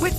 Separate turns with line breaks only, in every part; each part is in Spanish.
With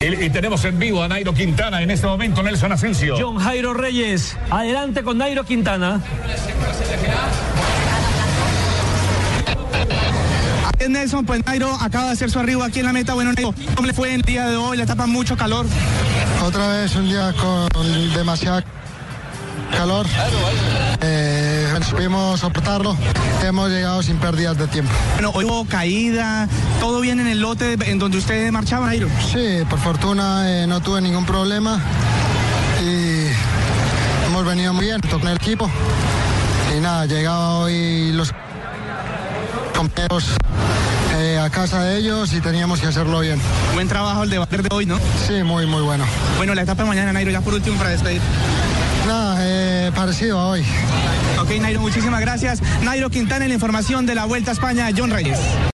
Y, y tenemos en vivo a Nairo Quintana en este momento, Nelson Asensio.
John Jairo Reyes, adelante con Nairo Quintana.
Es Nelson, pues Nairo acaba de hacer su arribo aquí en la meta. Bueno, Nairo, ¿cómo le fue en el día de hoy? La etapa mucho calor.
Otra vez un día con demasiado calor. Eh, supimos soportarlo. Hemos llegado sin pérdidas de tiempo.
Bueno, hoy hubo caída, todo bien en el lote en donde ustedes marchaban, Nairo.
Sí, por fortuna eh, no tuve ningún problema y hemos venido muy bien con el equipo. Y nada, llegaba hoy los compañeros eh, a casa de ellos y teníamos que hacerlo bien.
Buen trabajo el de de hoy, ¿no?
Sí, muy, muy bueno.
Bueno, la etapa de mañana, Nairo, ya por último para despedir.
Nada, eh, parecido a hoy.
Ok, Nairo, muchísimas gracias. Nairo Quintana en la información de la Vuelta a España, John Reyes.